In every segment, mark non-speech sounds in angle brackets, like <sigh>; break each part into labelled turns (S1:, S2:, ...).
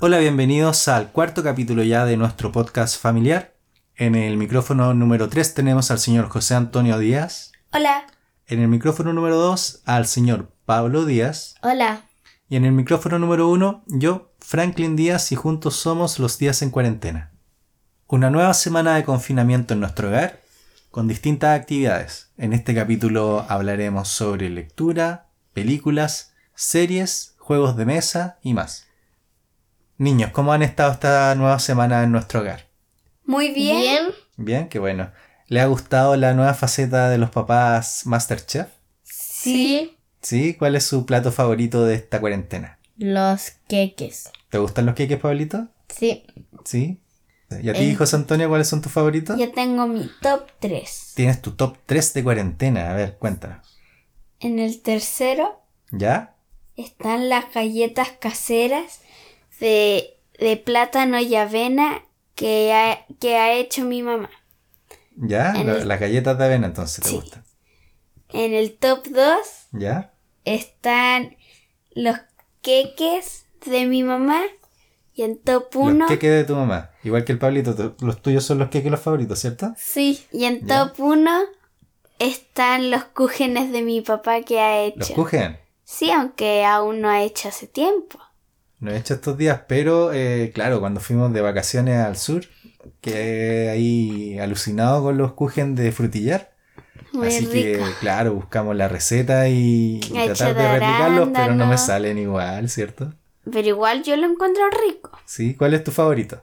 S1: Hola, bienvenidos al cuarto capítulo ya de nuestro podcast familiar. En el micrófono número 3 tenemos al señor José Antonio Díaz.
S2: Hola.
S1: En el micrófono número 2 al señor Pablo Díaz.
S2: Hola.
S1: Y en el micrófono número 1 yo, Franklin Díaz, y juntos somos los días en cuarentena. Una nueva semana de confinamiento en nuestro hogar con distintas actividades. En este capítulo hablaremos sobre lectura, películas, series, juegos de mesa y más. Niños, ¿cómo han estado esta nueva semana en nuestro hogar?
S2: Muy bien.
S1: Bien, qué bueno. ¿Le ha gustado la nueva faceta de los papás Masterchef?
S2: Sí.
S1: ¿Sí? ¿Cuál es su plato favorito de esta cuarentena?
S2: Los queques.
S1: ¿Te gustan los queques, Pablito?
S2: Sí.
S1: ¿Sí? ¿Y a ti,
S2: Eh.
S1: José Antonio, cuáles son tus favoritos?
S2: Yo tengo mi top 3.
S1: Tienes tu top 3 de cuarentena. A ver, cuéntanos.
S2: En el tercero
S1: ¿Ya?
S2: están las galletas caseras de, de plátano y avena que ha, que ha hecho mi mamá.
S1: ¿Ya?
S2: En
S1: La-
S2: el-
S1: Las galletas de avena entonces te
S2: Sí.
S1: gustan.
S2: En el top 2
S1: ¿Ya?
S2: están los queques de mi mamá. Y en top
S1: Los
S2: 1...
S1: queques de tu mamá. Igual que el Pablito, tu- los tuyos son los queques los favoritos, ¿cierto?
S2: Sí. Y en
S1: Ya.
S2: top 1 están los cúgenes de mi papá que ha
S1: Los
S2: hecho.
S1: cogen.
S2: Sí, aunque aún no ha hecho hace tiempo.
S1: No he hecho estos días, pero eh, claro, cuando fuimos de vacaciones al sur, quedé ahí alucinado con los kuchen de frutillar.
S2: Muy
S1: Así que,
S2: rico.
S1: claro, buscamos la receta y, y
S2: Ha hecho
S1: tratar
S2: de
S1: de replicarlos, pero no me
S2: arándano.
S1: salen igual, ¿cierto?
S2: Pero igual yo lo encuentro rico.
S1: ¿Sí? ¿Cuál es tu favorito?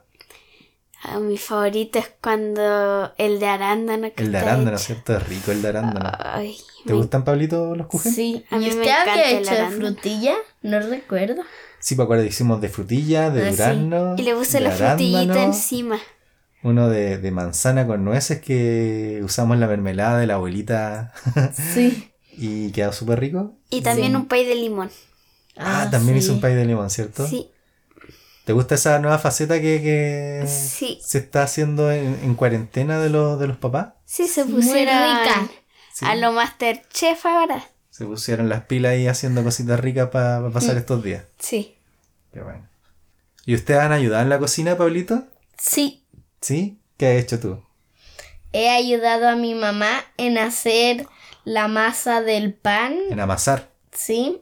S2: Ah, mi favorito es cuando el de arándano que
S1: El de
S2: está
S1: arándano,
S2: hecho.
S1: ¿cierto? Es rico el de arándano.
S2: Ay,
S1: ¿Te
S2: me-
S1: gustan, Pablito, los kuchen?
S3: Sí.
S2: A mí
S3: ¿Y
S2: me
S3: usted había
S2: encanta el
S3: hecho de
S2: arándano.
S3: frutilla? No recuerdo.
S1: Sí, me acuerdo, hicimos de frutilla, de
S3: Ah, sí.
S1: durazno.
S2: Y le puse
S1: de
S2: la frutillita
S1: arándano,
S2: encima.
S1: Uno de, de manzana con nueces que usamos la mermelada de la abuelita <laughs>
S3: Sí.
S1: y quedó súper rico.
S2: Y también
S3: Sí.
S2: un pay de limón.
S1: Ah, también
S3: sí.
S1: hizo un pay de limón, ¿cierto?
S2: Sí,
S1: ¿Te gusta esa nueva faceta que, que
S2: sí.
S1: se está haciendo en, en cuarentena de los, de los papás?
S2: Sí, se
S3: Muy
S2: pusieron
S3: rica.
S1: Sí.
S2: a lo Masterchef ahora.
S1: Se pusieron las pilas ahí haciendo cositas ricas para pasar
S3: Mm.
S1: estos días.
S2: Sí.
S1: Qué bueno. ¿Y ustedes han ayudado en la cocina, Pablito?
S3: Sí.
S1: ¿Sí? ¿Qué has hecho tú?
S3: He ayudado a mi mamá en hacer la masa del pan,
S1: En amasar.
S3: sí,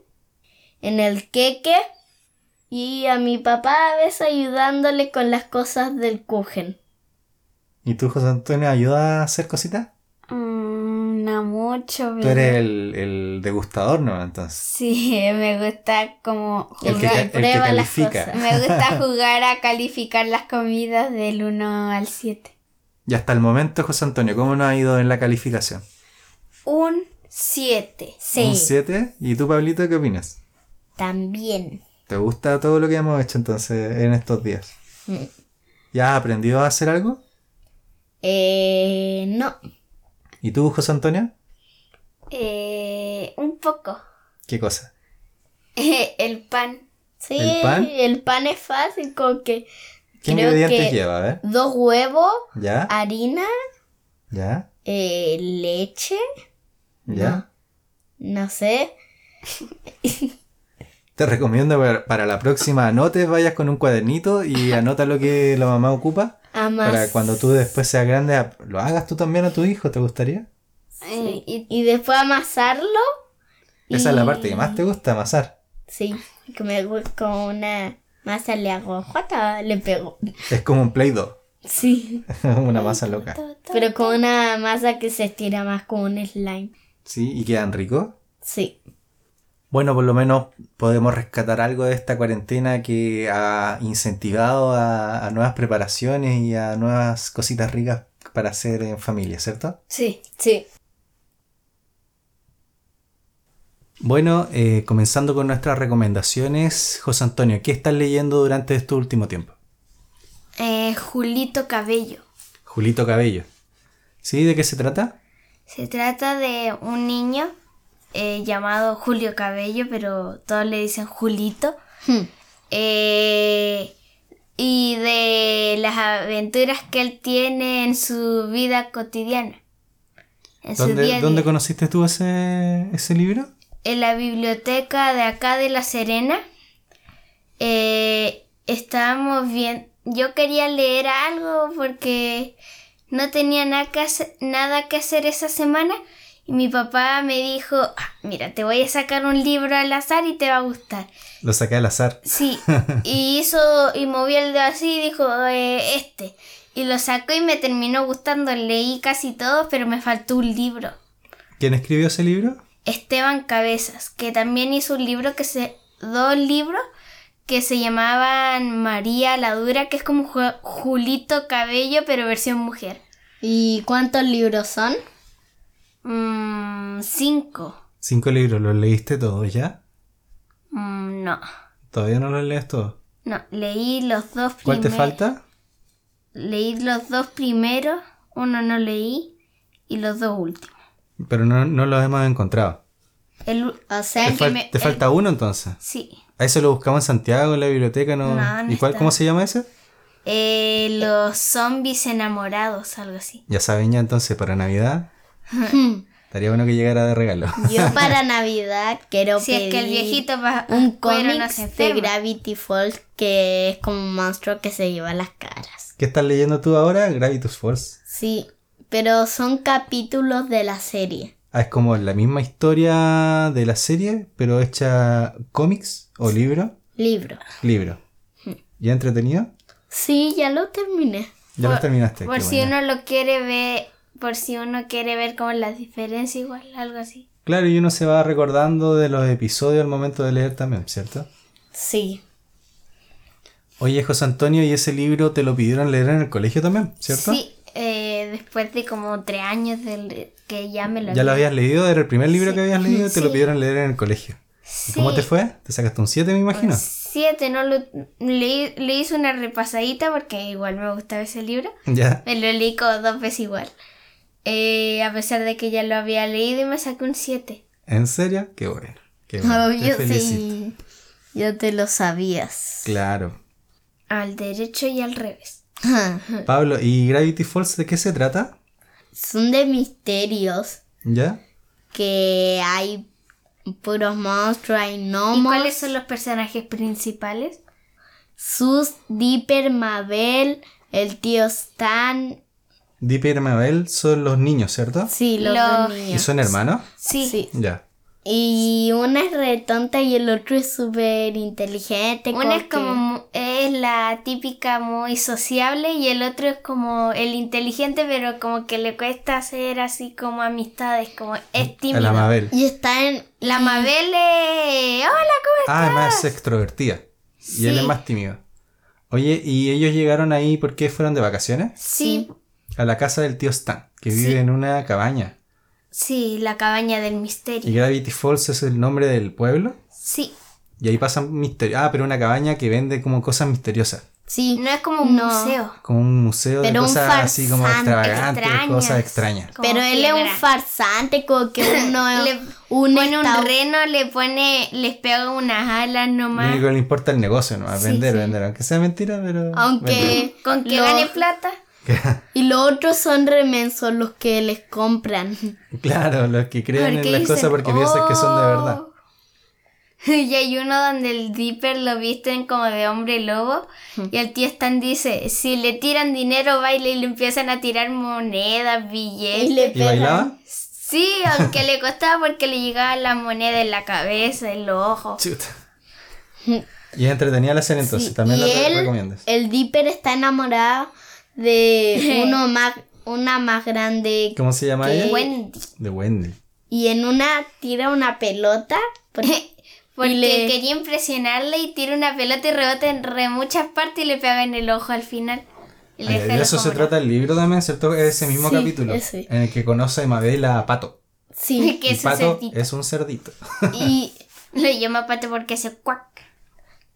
S3: en el queque y a mi papá a veces ayudándole con las cosas del kuchen.
S1: ¿Y tú, José Antonio, ayudas a hacer cositas?
S2: Mm, no mucho,
S1: Tú
S2: pero-
S1: eres el, el degustador, ¿no? Entonces.
S2: Sí, <laughs> me gusta como
S1: El que,
S2: jugar.
S1: ca- el que
S3: prueba las
S1: califica.
S3: cosas.
S2: Me
S1: <laughs>
S2: gusta jugar a calificar las comidas del 1 al 7.
S1: Y hasta el momento, José Antonio, ¿cómo nos ha ido en la calificación?
S2: Un 7.
S1: Un
S3: Sí.
S1: 7. ¿Y tú, Pablito, qué opinas?
S3: También.
S1: ¿Te gusta todo lo que hemos hecho entonces en estos días? ¿Ya has aprendido a hacer algo?
S3: Eh, no.
S1: ¿Y tú, José Antonio?
S2: Eh, un poco.
S1: ¿Qué cosa?
S2: Eh, <laughs> el pan.
S3: Sí,
S1: ¿El pan?
S3: el pan es fácil, con que
S1: ¿Qué
S3: Creo
S1: ingredientes
S3: que- Ah.
S1: lleva? A ver.
S3: dos huevos,
S1: ¿Ya?
S3: harina,
S1: ¿Ya?
S3: eh, leche,
S1: ¿Ya?
S3: No. no sé,
S1: Te recomiendo para- para la próxima anotes, vayas con un cuadernito y anota lo que la mamá ocupa.
S3: amas.
S1: Para cuando tú después seas grande, ap- lo hagas tú también a tu hijo, ¿te gustaría?
S2: Eh, y
S3: Y después amasarlo.
S1: Esa es la parte
S3: y-
S1: que más te gusta, amasar.
S3: Sí, que me gusta con una masa le hago jota, le pego.
S1: Es como un play doh,
S3: Sí,
S1: <laughs> una masa loca.
S3: pero con una masa que se estira más como un slime.
S1: ¿Sí? ¿Y quedan ricos?
S3: Sí,
S1: Bueno, por lo menos podemos rescatar algo de esta cuarentena que ha incentivado a, a nuevas preparaciones y a nuevas cositas ricas para hacer en familia, ¿cierto?
S2: sí.
S3: sí.
S1: Bueno, eh, comenzando con nuestras recomendaciones, José Antonio, ¿qué estás leyendo durante este último tiempo?
S2: Eh, Julito Cabello.
S1: Julito Cabello. ¿Sí? ¿De qué se trata?
S2: Se trata de un niño eh, llamado Julio Cabello, pero todos le dicen Julito.
S3: Hmm.
S2: Eh, y de las aventuras que él tiene en su vida cotidiana. En su día
S1: ¿Dónde,
S2: a
S1: dónde
S2: día.
S1: conociste tú ese, ese libro?
S2: en la biblioteca de acá de La Serena. Eh, estábamos bien. Yo quería leer algo porque no tenía nada que, hace- nada que hacer esa semana y mi papá me dijo, "Ah, mira, te voy a sacar un libro al azar y te va a gustar.
S1: Lo saqué al azar.
S2: Sí, y hizo y movió el dedo así y dijo, "Eh, este. Y lo sacó y me terminó gustando. Leí casi todo, pero me faltó un libro.
S1: ¿Quién escribió ese libro?
S2: Esteban Cabezas, que también hizo un libro que se. dos libros que se llamaban María la Dura, que es como Ju- Julito Cabello, pero versión mujer.
S3: ¿Y cuántos libros son?
S2: Mm, cinco.
S1: Cinco libros, ¿los leíste todos ya?
S2: Mm, no.
S1: ¿Todavía no los lees todos?
S2: No, leí los dos primeros.
S1: ¿Cuál te falta?
S2: Leí los dos primeros, uno no leí, y los dos últimos.
S1: Pero no, no los hemos encontrado.
S2: El, u-
S3: O
S1: ¿Te,
S3: sea,
S2: que
S1: fal-
S2: me-
S1: te
S2: el-
S1: falta uno entonces?
S2: sí.
S1: ¿A eso lo buscamos en Santiago, en la biblioteca? No.
S2: No, no
S1: ¿Y cuál,
S2: está.
S1: cómo se llama ese?
S2: Eh, los zombies enamorados, algo así.
S1: Ya saben ya entonces, para
S2: <laughs>
S1: Navidad estaría bueno que llegara de regalo. <laughs>
S3: yo para Navidad quiero
S2: Si es que el
S3: pedir
S2: viejito va
S3: un
S2: <laughs> cuero
S3: cómic
S2: no se
S3: de
S2: enferma.
S3: Gravity Falls que es como un monstruo que se lleva las caras.
S1: ¿Qué estás leyendo tú ahora? Gravitus Force.
S3: Sí, pero son capítulos de la serie.
S1: Ah, es como la misma historia de la serie, pero hecha cómics o libro.
S3: Libro.
S2: <laughs>
S1: Libro. ¿Ya entretenido?
S3: Sí, ya lo terminé.
S1: Ya lo
S2: Por-
S1: terminaste.
S2: Por
S1: Este, qué
S2: si
S1: bueno.
S2: uno lo quiere ver, por si uno quiere ver como las diferencias igual, algo así.
S1: Claro, y uno se va recordando de los episodios al momento de leer también, ¿cierto?
S3: Sí.
S1: Oye, José Antonio, ¿y ese libro te lo pidieron leer en el colegio también, cierto?
S2: Sí, eh, después de como tres años del que ya me lo
S1: ¿Ya lo
S2: había-
S1: habías leído? ¿Era el primer libro que habías leído? y Te lo
S3: sí.
S1: pidieron leer en el colegio. ¿Y ¿Cómo te
S2: Sí,
S1: fue? ¿Te sacaste un 7, me imagino?
S2: Siete, no lo leí- le hice una repasadita porque igual me gustaba ese libro.
S1: Ya.
S2: Me lo leí como dos veces igual. Eh, a pesar de que ya lo había leído y me saqué un 7.
S1: ¿En serio? Qué bueno. Qué bueno. te
S3: <laughs> Ah, Obvio,
S1: felicito.
S3: sí. Yo te lo sabías. <laughs>
S1: Claro.
S2: Al derecho y al revés.
S1: Pablo, ¿y Gravity Falls de qué se trata?
S3: Son de misterios
S1: ¿Ya?
S3: que hay puros monstruos, hay
S2: ¿Y
S3: gnomos.
S2: cuáles son los personajes principales?
S3: Sus, Dipper, Mabel, el tío Stan.
S1: Dipper y Mabel son los niños, ¿cierto?
S3: Sí, los,
S2: Los-
S3: dos
S1: ¿Y
S3: niños.
S1: son hermanos?
S2: Sí.
S3: Sí.
S1: Ya.
S3: Y una es retonta y el otro es súper inteligente.
S2: Una es como mu- es la típica muy sociable y el otro es como el inteligente, pero como que le cuesta hacer así como amistades, como es
S1: A la
S2: tímido.
S1: Mabel.
S3: Y está en...
S2: La Mabel es... Hola, ¿cómo estás?
S1: Ah, es más extrovertida. Y él es más tímido. Oye, ¿y ellos llegaron ahí por qué fueron de vacaciones?
S2: Sí,
S1: A la casa del tío Stan, que vive en una cabaña.
S2: sí, la cabaña del misterio.
S1: Y Gravity Falls es el nombre del pueblo.
S2: Sí,
S1: Y ahí pasan misterios. Ah, pero una cabaña que vende como cosas misteriosas.
S3: Sí.
S2: no es como un
S3: No.
S2: museo.
S1: Como un museo de
S3: Pero un
S1: cosas así como
S3: farsante,
S1: extravagantes, cosas extrañas.
S2: como
S3: Pero él es un
S2: piedra.
S3: farsante, como
S2: <coughs>
S3: que uno...
S2: Le
S3: uno
S2: pone
S3: está-
S2: un reno, le pone, les pega unas alas
S1: Lo
S2: nomás.
S1: único que le importa el negocio, ¿no? A vender, vender. Aunque sea mentira, pero. vender. <laughs>
S3: Aunque...
S2: Con que
S3: los-
S2: gane plata.
S3: Y los otros son remensos los que les compran.
S1: claro, los que creen en
S2: Porque
S1: las cosas
S2: dicen,
S1: porque piensan que son de verdad.
S2: "Oh". <laughs> Y hay uno donde el Dipper lo visten como de hombre lobo
S3: Hmm.
S2: y el tío Stan dice, si le tiran dinero, baile y le empiezan a tirar monedas, billetes.
S3: Y le
S1: ¿Y bailaba?
S2: Sí, aunque le costaba porque le llegaba la moneda en la cabeza, en los ojos.
S1: Chuta. <laughs> Y es entretenida la serie entonces, también
S3: y
S1: la re-
S3: él,
S1: recomiendas.
S3: El Dipper está enamorado
S2: <laughs>
S3: de uno más, una más grande.
S1: ¿Cómo se llama ella?
S2: Wendy.
S1: De Wendy.
S3: Y en una tira una pelota.
S2: <laughs>
S3: porque-
S2: Porque
S3: y le-
S2: quería impresionarle y tira una pelota y rebota en re muchas partes y le pega en el ojo al final. Y le
S1: Ay,
S2: deja
S1: de
S2: el
S1: eso
S2: ojo
S1: se
S2: morado.
S1: trata el libro también, ¿cierto? Es ese mismo
S3: Sí,
S1: capítulo
S3: ese.
S1: en el que conoce a Mabel a Pato.
S3: Sí.
S2: <laughs> Que
S1: Y
S2: es un
S1: Pato
S2: cerdito.
S1: es un cerdito. <laughs>
S3: y
S2: Lo llama pato porque hace cuac.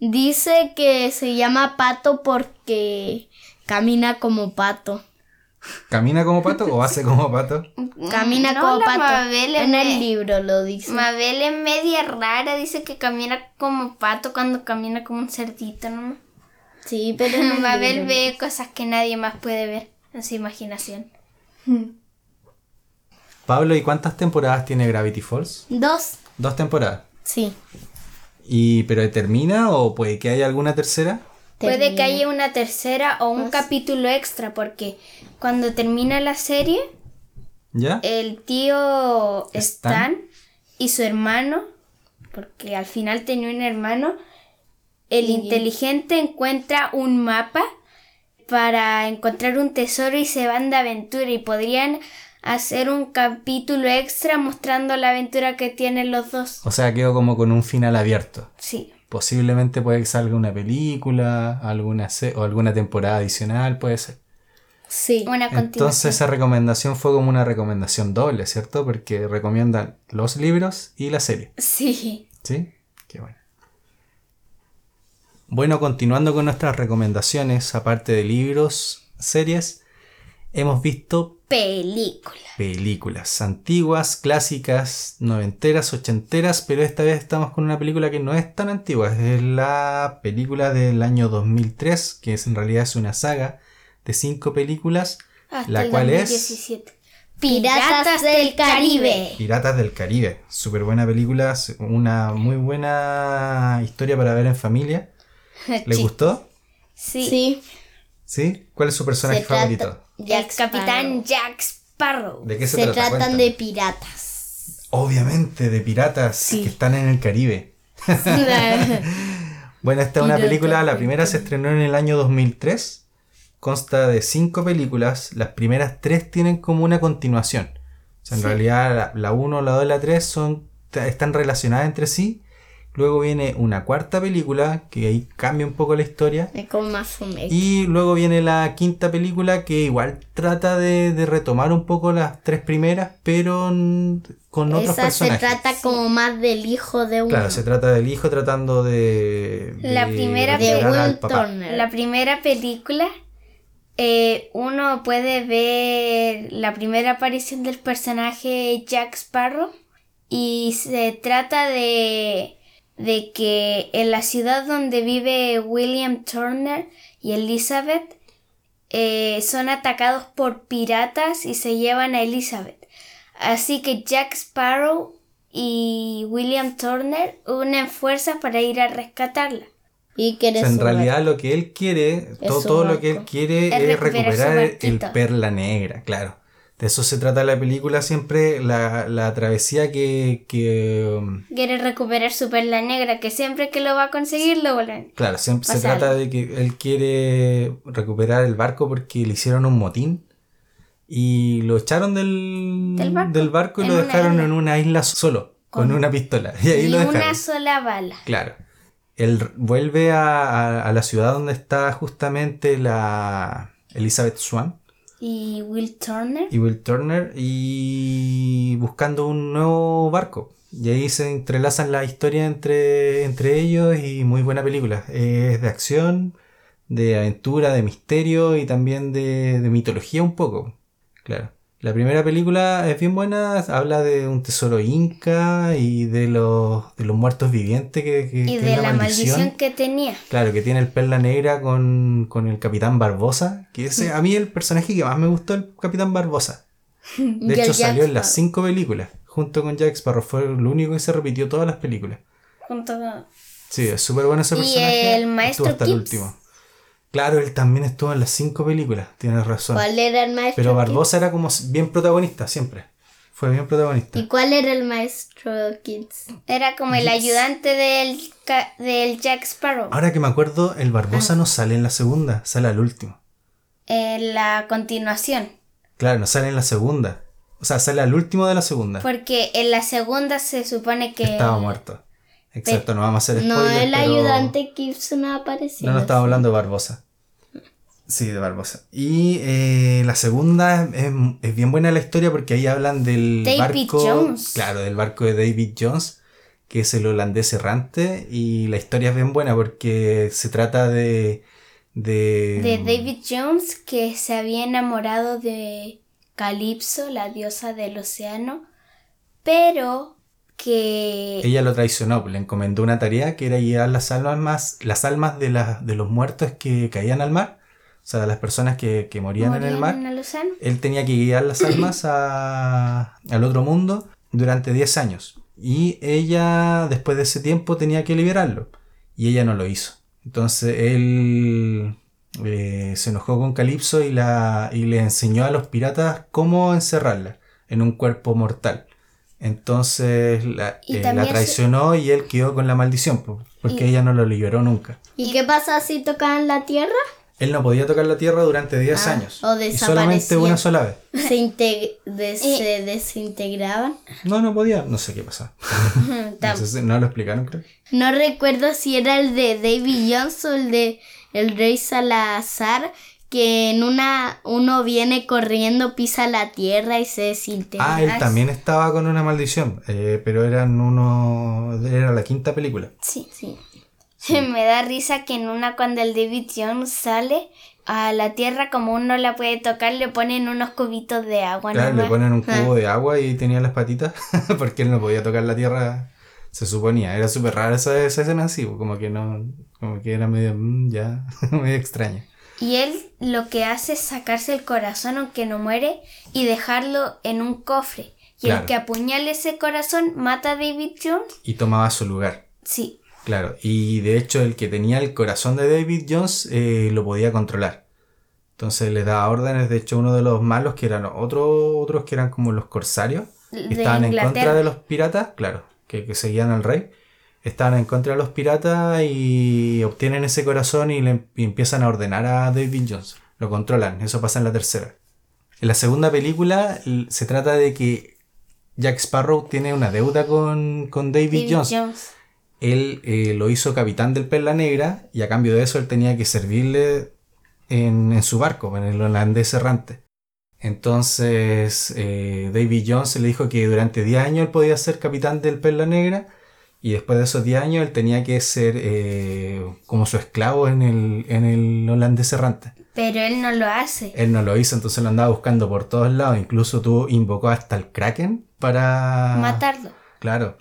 S3: dice que se llama pato porque camina como pato.
S1: ¿Camina como pato o hace como pato?
S3: Camina
S2: Mm, No,
S3: como
S2: la
S3: pato.
S2: Mabel ¿eh? es
S3: en el
S2: me-
S3: libro lo dice.
S2: Mabel es media rara, dice que camina como pato cuando camina como un cerdito nomás.
S3: sí, pero en el
S2: Mm, Mabel
S3: libro.
S2: ve cosas que nadie más puede ver en su imaginación.
S1: Pablo, ¿y cuántas temporadas tiene Gravity Falls?
S3: Dos.
S1: Dos temporadas.
S3: Sí.
S1: ¿Y pero termina o puede que haya alguna tercera?
S2: Puede que
S3: Termina.
S2: haya una tercera o un
S3: Pues-
S2: capítulo extra porque cuando termina la serie,
S1: ¿Ya?
S2: el tío
S1: Stan.
S2: Stan y su hermano, porque al final tenía un hermano, el
S3: Sí.
S2: inteligente encuentra un mapa para encontrar un tesoro y se van de aventura y podrían hacer un capítulo extra mostrando la aventura que tienen los dos.
S1: O sea, quedó como con un final abierto.
S2: Sí,
S1: Posiblemente puede que salga una película, alguna se- o alguna temporada adicional, puede ser.
S3: Sí.
S2: una
S1: Entonces
S2: continuación.
S1: esa recomendación fue como una recomendación doble, ¿cierto? Porque recomiendan los libros y la serie,
S2: Sí.
S1: ¿sí? Qué bueno. Bueno, continuando con nuestras recomendaciones, aparte de libros, series, hemos visto
S2: Película.
S1: películas antiguas, clásicas, noventeras, ochenteras, pero esta vez estamos con una película que no es tan antigua, es la película del año 2003, que es, en realidad es una saga de cinco películas,
S2: Hasta
S1: la
S2: el
S1: cual es
S2: 2017. Piratas del Caribe.
S1: Piratas del Caribe, súper buena película, s- una muy buena historia para ver en familia. ¿Le
S2: Sí.
S1: gustó?
S2: Sí.
S3: Sí.
S1: ¿Sí? ¿Cuál es su personaje
S3: Se trata-
S1: favorito?
S2: El
S3: Jack
S2: capitán Jack Sparrow.
S1: ¿De qué se,
S3: Se,
S1: trata?
S3: tratan
S1: Cuéntame.
S3: de
S2: <laughs>
S3: piratas.
S1: Obviamente, de piratas que están en el Caribe. Bueno, esta es una
S3: Piratas
S1: película, la
S3: del
S1: primera se estrenó en el año 2003, consta de cinco películas, las primeras tres tienen como una continuación. O sea, en
S3: Sí.
S1: realidad la 1, la 2 y la 3 son, ta- están relacionadas entre sí. Luego viene una cuarta película, que ahí cambia un poco la historia.
S3: Es como más fome.
S1: Y luego viene la quinta película, que igual trata de, de retomar un poco las tres primeras, pero mm, con otros
S3: Esa se
S1: personajes.
S3: trata como más del hijo de un
S1: Claro, se trata del hijo tratando de.
S2: La primera
S3: de
S1: recuperar al
S3: Will
S1: papá.
S3: Turner.
S2: La primera película, eh, uno puede ver la primera aparición del personaje Jack Sparrow y se trata de, de que en la ciudad donde vive William Turner y Elizabeth eh, son atacados por piratas y se llevan a Elizabeth. Así que Jack Sparrow y William Turner unen fuerzas para ir a rescatarla.
S3: Y que
S1: O sea, en realidad lo que él quiere, todo,
S3: su
S1: todo lo que él
S3: barco.
S1: quiere
S2: Es
S1: es
S2: recuperar su
S1: recuperar el
S2: barquito.
S1: perla negra, claro. De eso se trata la película siempre, la, la travesía que, que, um,
S2: Quiere recuperar su perla negra, que siempre que lo va a conseguir lo vuelven.
S1: Claro, siempre se
S2: Pasa
S1: trata de que él quiere recuperar el barco porque le hicieron un motín y lo echaron del,
S2: Del barco.
S1: barco y
S2: En
S1: lo
S2: una
S1: dejaron
S2: isla.
S1: en una isla solo, con,
S2: Con-
S1: una pistola. <laughs> Y ahí
S2: y
S1: lo dejaron.
S2: una sola bala.
S1: Claro. Él r- vuelve a, a- a la ciudad donde está justamente la Elizabeth Swan
S2: Y Will Turner.
S1: y Will Turner y buscando un nuevo barco. Y ahí se entrelazan las historias entre, entre ellos y muy buena película. Es de acción, de aventura, de misterio y también de, de mitología un poco. Claro. La primera película es bien buena, habla de un tesoro inca y de los, de los muertos vivientes que, que- que
S2: Y
S1: es
S2: de la maldición que tenía.
S1: Claro, que tiene el perla negra con, con el Capitán Barbosa. Que ese, a mí el personaje que más me gustó el Capitán Barbosa. De hecho, salió en las cinco películas. Junto con Jack Sparrow fue el único que se repitió todas las películas.
S2: Junto con-
S1: Sí, es súper bueno ese
S2: Y
S1: personaje.
S2: el maestro
S1: Estuvo hasta el
S2: Gibbs.
S1: último. Claro, él también estuvo en las cinco películas, tienes razón.
S3: ¿Cuál era el maestro?
S1: Pero
S3: Kid?
S1: Barbosa era como bien protagonista siempre. Fue bien protagonista.
S3: ¿Y cuál era el maestro Kids?
S2: Era como el
S1: Yes.
S2: ayudante del, ca- del Jack Sparrow.
S1: Ahora que me acuerdo, el
S3: Ah.
S1: Barbosa no sale en la segunda, sale al último.
S2: En la continuación.
S1: Claro, no sale en la segunda. O sea, sale al último de la segunda.
S2: Porque en la segunda se supone que.
S1: Estaba muerto. Exacto, no vamos a hacer spoiler.
S3: No, el
S1: pero-
S3: ayudante Kids no apareció.
S1: No, no estaba hablando de Barbosa. Sí, de Barbosa. Y eh, la segunda es, es bien buena la historia porque ahí hablan del
S2: David
S1: barco.
S2: Jones.
S1: Claro, del barco de David Jones, que es el holandés errante. Y la historia es bien buena porque se trata de. De,
S2: De David Jones, que se había enamorado de Calipso, la diosa del océano. Pero que.
S1: Ella lo traicionó, le encomendó una tarea que era llevar las almas, más, las almas de, las de los muertos que caían al mar, o sea, de las personas que, que morían en el mar.
S2: Morían en el océano.
S1: Él tenía que guiar las almas a- al otro mundo durante 10 años. Y ella, después de ese tiempo, tenía que liberarlo. Y ella no lo hizo. Entonces él eh, se enojó con Calipso y, la, y le enseñó a los piratas cómo encerrarla en un cuerpo mortal. Entonces la,
S2: Y
S1: eh, la
S2: también se-
S1: traicionó y él quedó con la maldición, po, porque ella no lo liberó nunca.
S3: ¿Y qué pasa si tocan la tierra?
S1: Él no podía tocar la tierra durante 10
S3: Ah,
S1: años.
S3: o
S1: y solamente
S3: desaparecía.
S1: una sola vez.
S3: ¿Se, integ- de- se desintegraban?
S1: No, no podía. No sé qué pasaba. <laughs> No, sé si- no lo explicaron, creo.
S3: No recuerdo si era el de David Jones o el de el Rey Salazar, que en una uno viene corriendo, pisa la tierra y se desintegra.
S1: Ah, él también estaba con una maldición, eh, pero eran uno... Era la quinta película.
S3: Sí, sí.
S2: <laughs> Me da risa que en una cuando el David Jones sale a la tierra como uno la puede tocar le ponen unos cubitos de agua.
S1: Claro, le
S2: nomás.
S1: ponen un cubo de agua y tenía las patitas <laughs> porque él no podía tocar la tierra, se suponía. Era súper rara esa, esa escena así, como que no, como que era medio, mm, ya, <laughs> medio extraña.
S2: Y él lo que hace es sacarse el corazón aunque no muere y dejarlo en un cofre. Y
S1: Claro.
S2: el que apuñale ese corazón mata a David Jones.
S1: Y tomaba su lugar,
S2: Sí,
S1: claro. Y de hecho el que tenía el corazón de David Jones eh, lo podía controlar. Entonces le daba órdenes, de hecho uno de los malos que eran otro- otros que eran como los corsarios, que
S2: De
S1: estaban en contra
S2: Inglaterra.
S1: de los piratas, claro, que, que seguían al rey, estaban en contra de los piratas y obtienen ese corazón y, le, y empiezan a ordenar a David Jones, lo controlan, eso pasa en la tercera. En la segunda película l- se trata de que Jack Sparrow tiene una deuda con, con David,
S2: David
S1: Jones.
S2: Jones.
S1: Él eh, lo hizo capitán del Perla Negra y a cambio de eso él tenía que servirle en, en su barco, en el holandés errante. Entonces eh, David Jones le dijo que durante 10 años él podía ser capitán del Perla Negra y después de esos 10 años él tenía que ser eh, como su esclavo en el, en el holandés errante.
S2: Pero él no lo hace.
S1: Él no lo hizo, entonces lo andaba buscando por todos lados, incluso tú invocó hasta el Kraken para...
S2: Matarlo.
S1: Claro.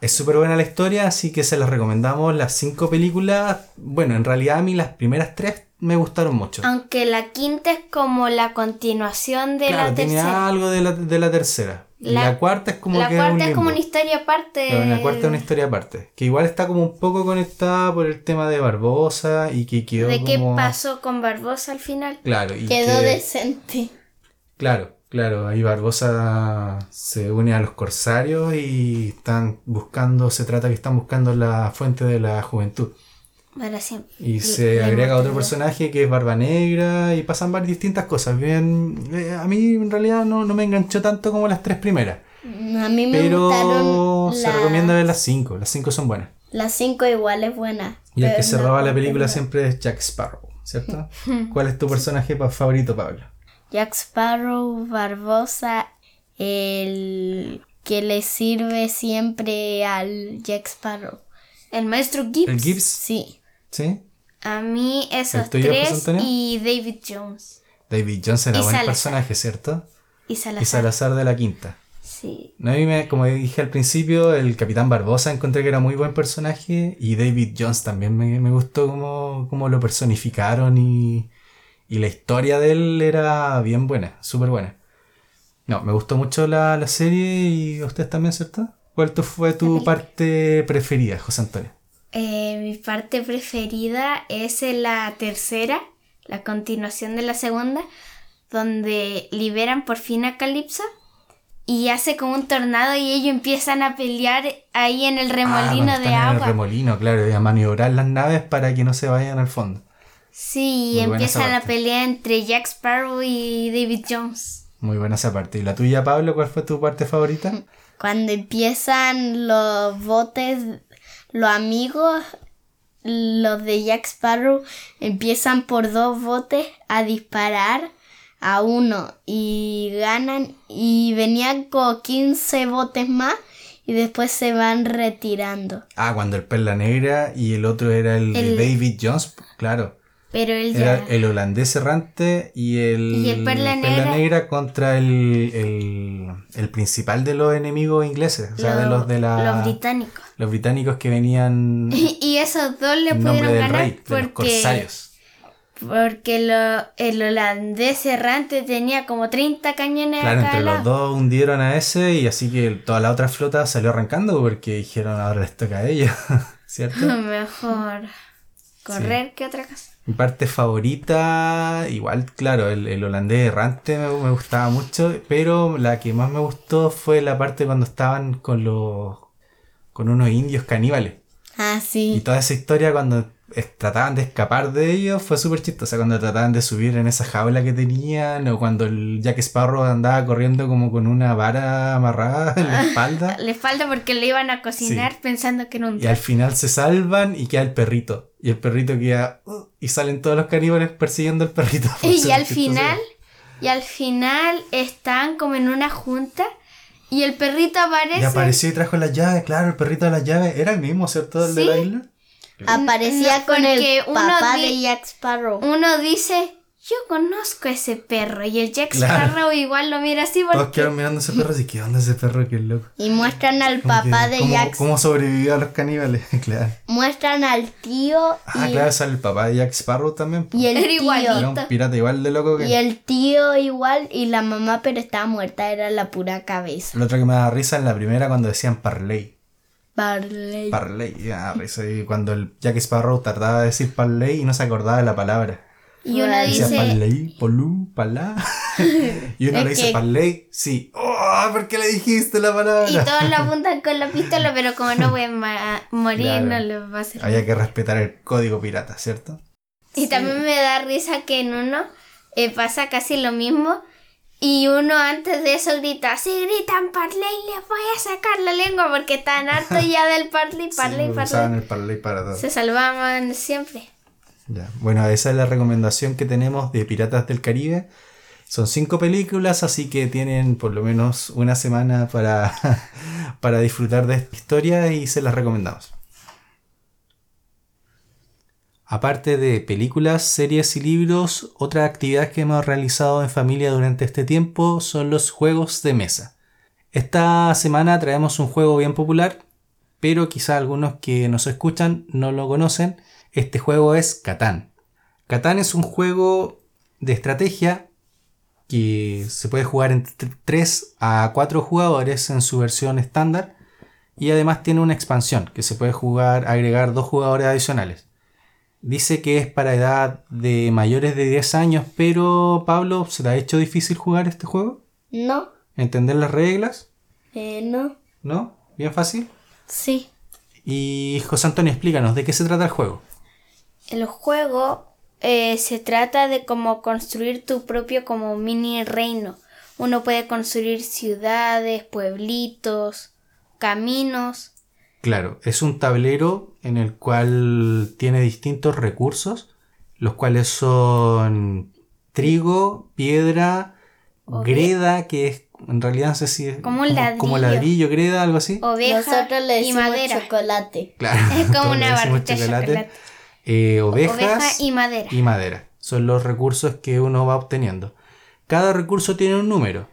S1: Es súper buena la historia, así que se las recomendamos las cinco películas. Bueno, en realidad a mí las primeras tres me gustaron mucho.
S2: Aunque la quinta es como la continuación Ah, de
S1: claro,
S2: la
S1: tenía
S2: tercera.
S1: algo de la, de la tercera. Y La,
S2: La-
S1: cuarta es como
S2: La
S1: que es un
S2: cuarta es como una
S1: limbo.
S2: historia aparte.
S1: Pero la cuarta es una historia aparte. Que igual está como un poco conectada por el tema de Barbosa y que quedó
S2: de qué
S1: como-
S2: pasó con Barbosa al final.
S1: Claro, y
S3: Quedó
S1: que-
S3: decente.
S1: Claro, claro, ahí Barbosa se une a los corsarios y están buscando, se trata que están buscando la fuente de la juventud.
S2: Para siempre.
S1: Y se
S2: la
S1: agrega otro
S2: inmortalidad.
S1: personaje que es Barba Negra y pasan varias distintas cosas. Bien, eh, a mí en realidad no, no me enganchó tanto como las tres primeras.
S3: A mí me
S1: Pero
S3: gustaron
S1: se
S3: la-
S1: recomienda ver las cinco. Las cinco son buenas.
S3: las cinco igual es buena.
S1: Y el
S3: pero
S1: que se
S3: no
S1: roba la
S3: recuerdo.
S1: película siempre es Jack Sparrow,
S3: <laughs>
S1: ¿cierto? ¿Cuál es tu personaje pa- favorito, Pablo?
S3: Jack Sparrow, Barbosa, el que le sirve siempre al Jack Sparrow.
S2: El maestro Gibbs.
S1: ¿El Gibbs?
S3: Sí.
S1: ¿Sí?
S2: A mí
S1: ¿El
S2: esos
S1: tuyo, José
S2: tres
S1: Antonio?
S2: y David Jones.
S1: David Johnson era
S2: Y
S1: buen
S2: Salazar.
S1: personaje, ¿cierto?
S2: Y Salazar.
S1: Y Salazar de la Quinta.
S2: Sí.
S1: No, a mí me- como dije al principio, el Capitán Barbosa encontré que era muy buen personaje y David Jones también me, me gustó como, como lo personificaron y, y la historia de él era bien buena, súper buena. No, me gustó mucho la, la serie y a ustedes también, ¿cierto? ¿Cuál tu- fue tu parte preferida, José Antonio?
S2: Eh, mi parte preferida es en la tercera, la continuación de la segunda, donde liberan por fin a Calypso y hace como un tornado y ellos empiezan a pelear ahí en el
S1: Ah,
S2: remolino
S1: cuando
S2: de
S1: están en el
S2: agua.
S1: remolino, claro, y a maniobrar las naves para que no se vayan al fondo.
S2: sí, y
S1: Muy buena esa
S2: empiezan la
S1: parte.
S2: pelea entre Jack Sparrow y David Jones.
S1: Muy buena esa parte. ¿Y la tuya, Pablo? ¿Cuál fue tu parte favorita?
S3: Cuando empiezan los botes, los amigos, los de Jack Sparrow, empiezan por dos botes a disparar a uno y ganan y venían con 15 botes más y después se van retirando.
S1: <laughs> Ah, cuando el Perla Negra y el otro era el, de
S2: El-
S1: David Jones, claro.
S2: Pero él ya...
S1: Era el holandés errante y el,
S2: Y el Perla Negra.
S1: contra el, el, el principal de los enemigos ingleses, o sea, de
S2: lo-
S1: los de la,
S2: los británicos.
S1: los británicos que venían
S2: <laughs> Y, y esos dos le
S1: en nombre
S2: pudieron
S1: del
S2: ganar
S1: rey, de los
S2: porque,
S1: corsarios.
S2: porque lo- el holandés errante tenía como 30 cañones
S1: Claro,
S2: a cada
S1: entre los
S2: lado.
S1: dos hundieron a ese y así que toda la otra <laughs> flota salió arrancando porque dijeron ahora les toca a ellos, ¿cierto?
S2: <laughs> Mejor. Correr, ¿qué otra cosa?
S1: Mi parte favorita, igual, claro, el, el holandés errante me, me gustaba mucho, pero la que más me gustó fue la parte cuando estaban con los con unos indios caníbales.
S3: Ah,
S1: Y
S3: sí.
S1: toda esa historia cuando es- trataban de escapar de ellos fue súper chistosa. Cuando trataban de subir en esa jaula que tenían o cuando el Jack Sparrow andaba corriendo como con una vara amarrada en la espalda.
S2: Le falta porque le iban a cocinar
S1: Sí.
S2: pensando que era un
S1: Y al final se salvan y queda el perrito. Y el perrito queda... "Uh", y salen todos los caníbales persiguiendo al
S3: <laughs>
S1: perrito. Fue
S2: Y
S1: súper
S2: al
S1: chistoso.
S2: final, y al final están como en una junta y el perrito aparece.
S1: Y apareció y trajo las llaves. Claro, el perrito de las llaves. Era el mismo, ¿cierto? El de
S2: Sí.
S1: la isla.
S3: Aparecía
S2: No,
S3: con
S2: porque
S3: el
S2: uno
S3: papá
S2: di-
S3: de Jack Sparrow.
S2: Uno dice, yo conozco a ese perro y el Jack
S1: Claro.
S2: Sparrow igual lo mira así
S1: Todos
S2: porque
S1: quedaron mirando a ese perro y ¿qué onda ese perro? Qué loco.
S3: Y muestran al
S1: Como que-
S3: papá de
S1: ¿cómo,
S3: Jack.
S1: ¿Cómo sobrevivió a los caníbales? <laughs> claro.
S3: Muestran al tío
S1: Ah,
S3: y,
S1: claro, sale el papá de Jack Sparrow también. po.
S3: y el
S2: Era
S3: tío.
S1: Era
S2: igualito.
S1: un pirata igual de loco que.
S3: Y el tío igual y la mamá pero estaba muerta, era la pura cabeza.
S1: Lo otro que me da risa en la primera cuando decían Parley.
S3: Barley.
S1: Parley, y me da risa. Y cuando el Jack Sparrow trataba de decir Parley y no se acordaba de la palabra.
S2: y uno
S3: Bueno.
S1: Decía
S2: dice,
S1: Parley, Polú,
S2: <laughs>
S1: Palá. y uno
S3: Es
S1: le dice
S3: que-
S1: Parley, sí. ¡Oh! ¿Por qué le dijiste la palabra?
S2: y todos lo apuntan con la pistola, pero como no pueden ma- morir,
S1: Claro.
S2: no les va a hacer.
S1: Había que respetar el código pirata, ¿cierto?
S2: Y también me da risa que en uno eh, pasa casi lo mismo. Y uno antes de eso grita, si gritan parley, les voy a sacar la lengua porque están harto ya del parley,
S1: <laughs> Sí,
S2: parley,
S1: porque usaban
S2: parley.
S1: el Parley para todo.
S2: Se salvaban siempre.
S1: Ya. Bueno, esa es la recomendación que tenemos de Piratas del Caribe. Son cinco películas, así que tienen por lo menos una semana para, <laughs> para disfrutar de esta historia y se las recomendamos. Aparte de películas, series y libros, otra actividad que hemos realizado en familia durante este tiempo son los juegos de mesa. Esta semana traemos un juego bien popular, pero quizá algunos que nos escuchan no lo conocen. Este juego es Catán. Catán es un juego de estrategia que se puede jugar entre 3 a 4 jugadores en su versión estándar y además tiene una expansión que se puede jugar agregar dos jugadores adicionales. Dice que es para edad de mayores de 10 años, pero Pablo, ¿se te ha hecho difícil jugar este juego?
S3: No,
S1: ¿Entender las reglas?
S3: eh, no.
S1: ¿No? ¿Bien fácil?
S3: Sí.
S1: Y José Antonio, explícanos, ¿de qué se trata el juego?
S2: El juego eh, se trata de como construir tu propio como mini reino. Uno puede construir ciudades, pueblitos, caminos.
S1: Claro, es un tablero en el cual tiene distintos recursos, los cuales son trigo, piedra,
S2: Ok.
S1: greda, que es en realidad no sé si es
S2: Como un
S1: como
S2: ladrillo.
S1: ladrillo, greda, algo así.
S2: Ovejas
S3: Nosotros le
S2: y
S3: decimos
S2: madera.
S3: chocolate.
S1: Claro,
S2: <laughs> Es como
S1: todos le
S2: una
S1: decimos
S2: barrita de chocolate.
S1: Eh, ovejas
S2: Oveja y
S1: y...
S2: madera.
S1: madera. Son los recursos que uno va obteniendo. Cada recurso tiene un número.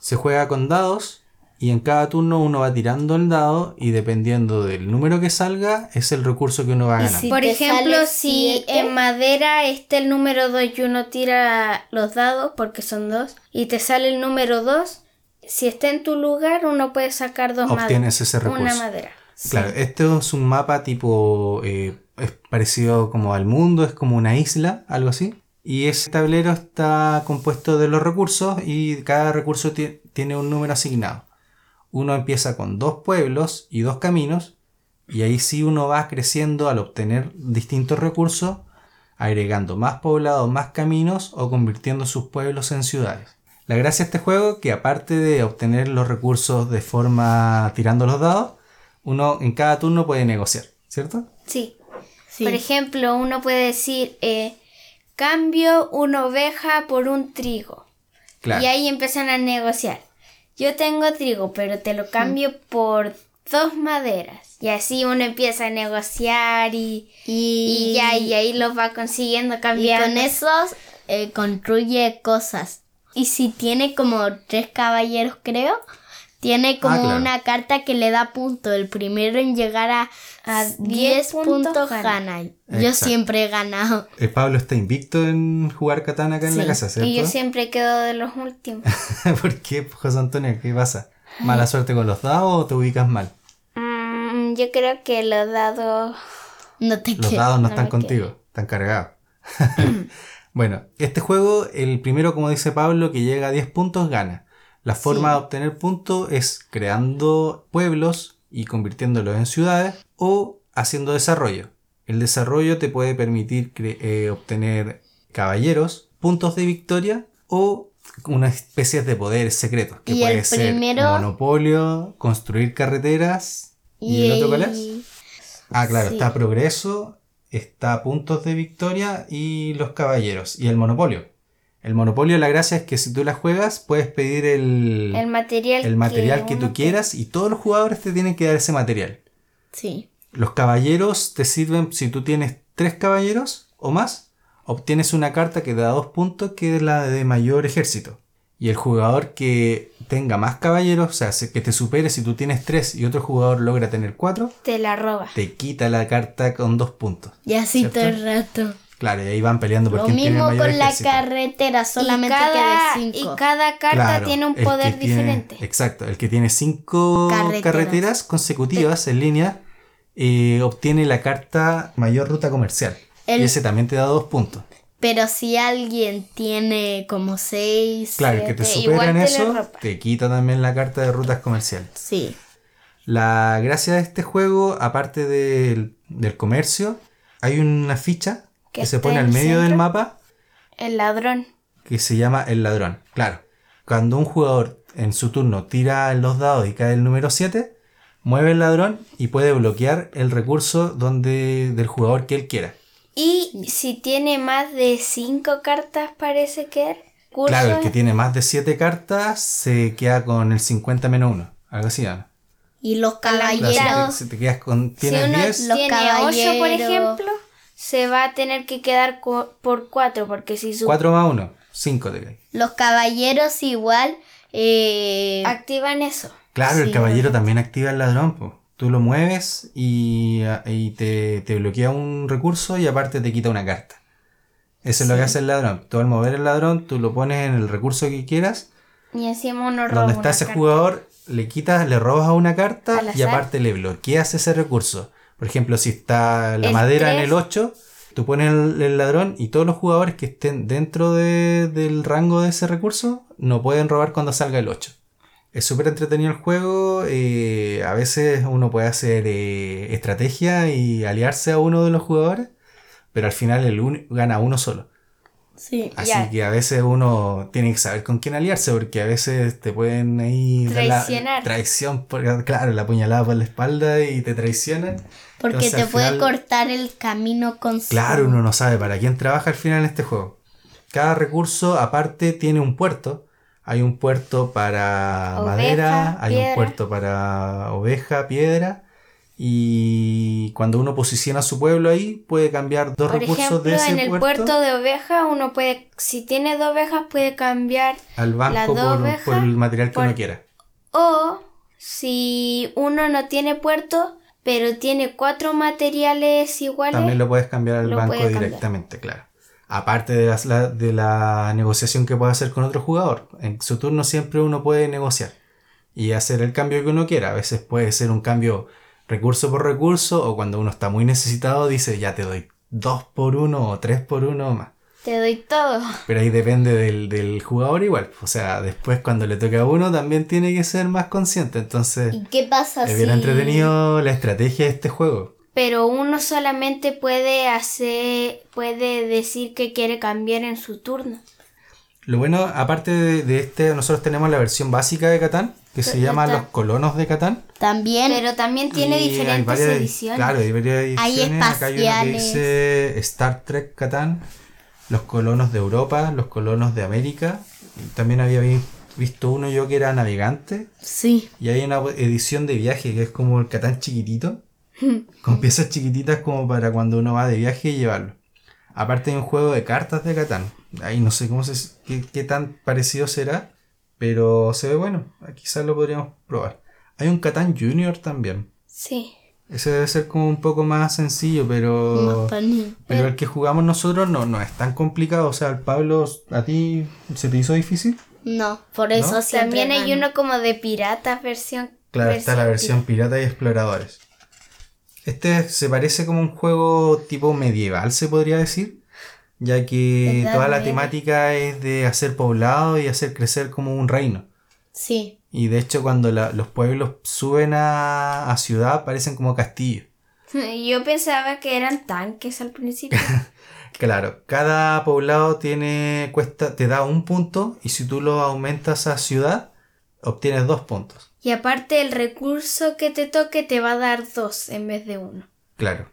S1: Se juega con dados y en cada turno uno va tirando el dado y dependiendo del número que salga es el recurso que uno va
S3: Y
S1: ganando.
S3: si
S2: Por
S3: te
S2: ejemplo,
S3: sale ¿eh?
S2: si
S3: siete,
S2: en madera está el número 2 y uno tira los dados, porque son dos, y te sale el número 2, si está en tu lugar, uno puede sacar dos maderas.
S1: obtienes ese recurso.
S2: Una madera.
S1: Claro, este es un mapa tipo, eh, es parecido como al mundo, es como una isla, algo así. Y ese tablero está compuesto de los recursos y cada recurso ti- tiene un número asignado. Uno empieza con dos pueblos y dos caminos y ahí sí uno va creciendo al obtener distintos recursos, agregando más poblados, más caminos o convirtiendo sus pueblos en ciudades. La gracia de este juego que aparte de obtener los recursos de forma tirando los dados, uno en cada turno puede negociar, ¿cierto?
S2: Sí.
S3: sí.
S2: Por ejemplo, uno puede decir, eh, cambio una oveja por un trigo. Y ahí empiezan a negociar. Yo tengo trigo, pero te
S3: Mm.
S2: lo cambio por dos maderas. Y así uno empieza a negociar y, y
S3: y,
S2: ya, y ahí los va consiguiendo
S3: y
S2: cambiar.
S3: con esos eh, construye cosas. Y si tiene como tres caballeros, creo, tiene como
S1: Ah, claro.
S3: una carta que le da punto. El primero en llegar a,
S2: A
S3: 10 puntos
S2: gana.
S3: gana. Yo
S1: Exacto.
S3: siempre he ganado.
S1: El Eh, Pablo está invicto en jugar Catán acá en la
S3: Sí,
S1: casa, ¿cierto?
S2: Y yo siempre quedo de los
S1: <laughs>
S2: últimos.
S1: ¿Por qué, José Antonio? ¿Qué pasa? ¿Mala suerte con los dados o te ubicas mal?
S2: Mm, yo creo que los dados
S3: No te
S1: Los
S3: quiero,
S1: dados no, están
S3: me
S1: contigo, están
S3: <laughs>
S1: cargados. <laughs> bueno, este juego, el primero, como dice Pablo, que llega a 10 puntos, gana. La forma
S3: Sí.
S1: de obtener puntos es creando pueblos y convirtiéndolos en ciudades o haciendo desarrollo. El desarrollo te puede permitir cre- eh, obtener caballeros, puntos de victoria o una especie de poderes secretos, que
S3: Y el
S1: puede ser
S3: primero-
S1: monopolio, construir carreteras y, el otro cuál es? Ah, claro,
S3: Sí.
S1: está progreso, está puntos de victoria y los caballeros. Y el monopolio. El monopolio, la gracia es que si tú la juegas, puedes pedir el,
S2: El material,
S1: el material que,
S2: uno
S1: tú quieras y todos los jugadores te tienen que dar ese material.
S3: Sí.
S1: Los caballeros te sirven, si tú tienes tres caballeros o más, obtienes una carta que te da dos puntos, que es la de mayor ejército. Y el jugador que tenga más caballeros, o sea, se- que te supere si tú tienes tres y otro jugador logra tener cuatro,
S2: Te la roba.
S1: te quita la carta con dos puntos.
S3: Y así
S1: ¿Cierto?
S3: todo el rato.
S1: Claro, y ahí van peleando por
S3: Lo
S1: quién tiene el
S3: mismo
S1: mayor
S3: con la
S1: ejército.
S3: carretera, solamente
S2: y cada,
S3: que de cinco.
S2: y cada carta
S1: Claro,
S2: tiene un
S1: el
S2: poder
S1: que tiene-
S2: diferente.
S1: exacto, el que tiene cinco carreteras,
S3: Carreteras.
S1: consecutivas en línea eh, obtiene la carta mayor ruta comercial.
S3: El-
S1: Y ese también te da dos puntos.
S3: Pero si alguien tiene como seis.
S1: Claro, el que te
S2: Siete,
S1: supera
S2: igual
S1: en
S2: te la
S1: eso
S2: ropa.
S1: te quita también la carta de rutas comerciales.
S3: Sí.
S1: La gracia de este juego, aparte del, del comercio, hay una ficha
S2: Que
S1: que, se
S2: está
S1: pone
S2: en
S1: al
S2: el
S1: medio del
S2: centro.
S1: mapa
S2: El ladrón.
S1: que se llama el ladrón. Claro, cuando un jugador en su turno tira los dados y cae el número 7, mueve el ladrón y puede bloquear el recurso donde, del jugador que él quiera.
S2: Y si tiene más de cinco cartas, parece que era, curso,
S1: Claro, el que tiene más de 7 cartas se queda con el 50 menos 1, algo así. ¿no?
S3: Y los
S1: Claro,
S2: Caballero.
S1: si te-
S3: caballeros.
S1: si te quedas con
S2: si
S1: tienes
S2: uno
S1: 10,
S3: Los
S2: tiene ocho, por
S3: caballeros.
S2: ejemplo, se va a tener que quedar cu- por cuatro, porque si su
S1: 4 más 1, 5 te cae.
S3: Los caballeros igual. eh,
S2: activan eso.
S1: Claro, el
S3: Sí,
S1: caballero también activa el ladrón. po. Tú lo mueves y, ah, y te, te bloquea un recurso y aparte te quita una carta. Eso es lo que hace el ladrón. Tú al mover el ladrón, tú lo pones en el recurso que quieras.
S2: Y encima uno roba.
S1: Donde está
S2: una
S1: ese
S2: carta.
S1: jugador, le quitas, le robas a una carta
S2: Al
S1: y
S2: azar.
S1: aparte le bloqueas ese recurso. Por ejemplo, si está la
S2: El
S1: madera en
S2: tres.
S1: el 8, tú pones el, el ladrón y todos los jugadores que estén dentro de- del rango de ese recurso no pueden robar cuando salga el 8. Es súper entretenido el juego. eh, a veces uno puede hacer eh, estrategia y aliarse a uno de los jugadores, pero al final el un- gana uno solo.
S3: sí.
S1: Así
S2: Ya.
S1: que a veces uno tiene que saber con quién aliarse, porque a veces te pueden ahí dar la-
S2: Traicionar.
S1: traición, por, claro, la puñalada por la espalda y te traicionan.
S3: Porque
S1: Entonces,
S3: te
S1: al
S3: puede
S1: final-
S3: cortar el camino con su-
S1: Claro, uno no sabe para quién trabaja al final en este juego. Cada recurso aparte tiene un puerto. Hay un puerto para
S2: Oveja,
S1: madera, hay un
S2: piedra.
S1: puerto para oveja, piedra. Y cuando uno posiciona su pueblo ahí, puede cambiar dos
S2: Por
S1: recursos
S2: ejemplo,
S1: de ese
S2: en el puerto,
S1: puerto
S2: de ovejas, uno puede, si tiene dos ovejas, puede cambiar.
S1: al
S2: las
S1: banco
S2: dos
S1: por,
S2: ovejas
S1: por el material que
S2: por-
S1: uno quiera.
S2: O si uno no tiene puerto, pero tiene cuatro materiales iguales.
S1: También lo puedes cambiar al
S2: Lo
S1: banco
S2: puede cambiar.
S1: directamente, claro. Aparte de, las- la, de la negociación que puede hacer con otro jugador. En su turno siempre uno puede negociar y hacer el cambio que uno quiera. A veces puede ser un cambio recurso por recurso o cuando uno está muy necesitado dice ya te doy dos por uno o tres por uno o más.
S2: Te doy todo.
S1: Pero ahí depende del, del jugador igual. O sea, después cuando le toca a uno también tiene que ser más consciente. Entonces
S3: ¿Y qué pasa
S1: es
S3: si.?
S1: bien entretenido la estrategia de este juego.
S2: Pero uno solamente puede hacer, puede decir que quiere cambiar en su turno.
S1: Lo bueno, aparte de, de este, nosotros tenemos la versión básica de Catán, que se
S2: Pero
S1: llama
S2: está-
S1: Los Colonos de Catán.
S3: También.
S2: Pero también tiene
S1: Y hay
S2: diferentes
S1: varias edi-
S2: ediciones.
S1: Claro, hay varias
S3: Hay
S1: ediciones. Acá hay una que
S3: espaciales.
S1: dice Star Trek Catán, Los Colonos de Europa, Los Colonos de América. Y También había vi- visto uno yo que era navegante.
S3: Sí.
S1: Y hay una edición de viaje que es como el Catán chiquitito, con piezas chiquititas como para cuando uno va de viaje y llevarlo. Aparte hay un juego de cartas de Catán. Ahí no sé cómo se, qué, qué tan parecido será, pero se ve bueno. Quizás lo podríamos probar. Hay un Catán Junior también.
S2: Sí.
S1: Ese debe ser como un poco más sencillo, pero...
S3: Más pa' niños.
S1: Pero el que jugamos nosotros no, no es tan complicado. O sea, el Pablo, ¿a ti se te hizo difícil?
S3: No, por eso
S1: ¿No?
S3: siempre
S2: También hay
S3: gano.
S2: uno como de pirata versión.
S1: Claro, está la versión pirata y exploradores. Este se parece como un juego tipo medieval, se podría decir, ya que
S3: ¿Verdad?
S1: toda la
S3: Medieval.
S1: temática es de hacer poblado y hacer crecer como un reino.
S3: Sí.
S1: Y de hecho cuando la- los pueblos suben a, a ciudad parecen como castillos.
S2: <laughs> Yo pensaba que eran tanques al principio.
S1: <laughs> Claro, cada poblado tiene cuesta, te da un punto y si tú lo aumentas a ciudad, obtienes dos puntos.
S2: y aparte el recurso que te toque te va a dar dos en vez de uno.
S1: Claro.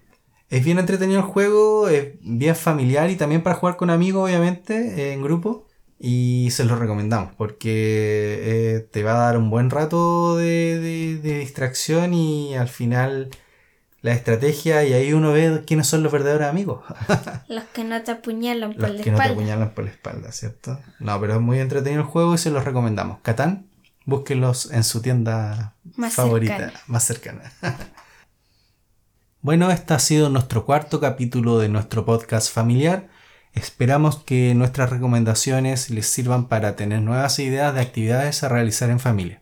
S1: Es bien entretenido el juego, es bien familiar y también para jugar con amigos, obviamente, en grupo. Y se los recomendamos porque eh, te va a dar un buen rato de, de- de distracción y al final la estrategia y ahí uno ve quiénes son los verdaderos amigos.
S2: Los que no te apuñalan por
S1: Los
S2: la
S1: que no te
S2: espalda.
S1: apuñalan por la espalda, ¿cierto? No, pero es muy entretenido el juego y se los recomendamos. Catán, búsquenlos en su tienda
S2: Más
S1: favorita,
S2: cercana.
S1: más cercana. <laughs> bueno, este ha sido nuestro cuarto capítulo de nuestro podcast familiar. Esperamos que nuestras recomendaciones les sirvan para tener nuevas ideas de actividades a realizar en familia.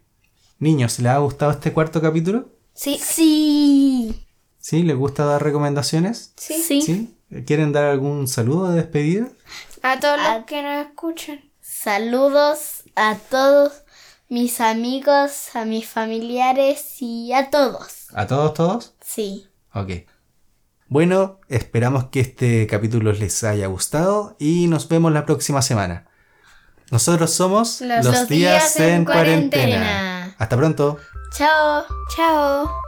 S1: Niños, ¿les ha gustado este cuarto capítulo?
S2: Sí,
S3: Sí.
S1: ¿Sí? ¿Les gusta dar recomendaciones?
S2: sí,
S3: Sí.
S1: ¿Sí? ¿Quieren dar algún saludo de despedida?
S2: A todos
S3: A-
S2: los que nos escuchan.
S3: Ah, Saludos a todos mis amigos, a mis familiares y a todos.
S1: ¿A todos, todos?
S3: Sí.
S1: Ok. Bueno, esperamos que este capítulo les haya gustado y nos vemos la próxima semana. Nosotros somos
S2: Los-
S3: Los días en cuarentena.
S1: Hasta pronto.
S3: Chao.
S2: Chao.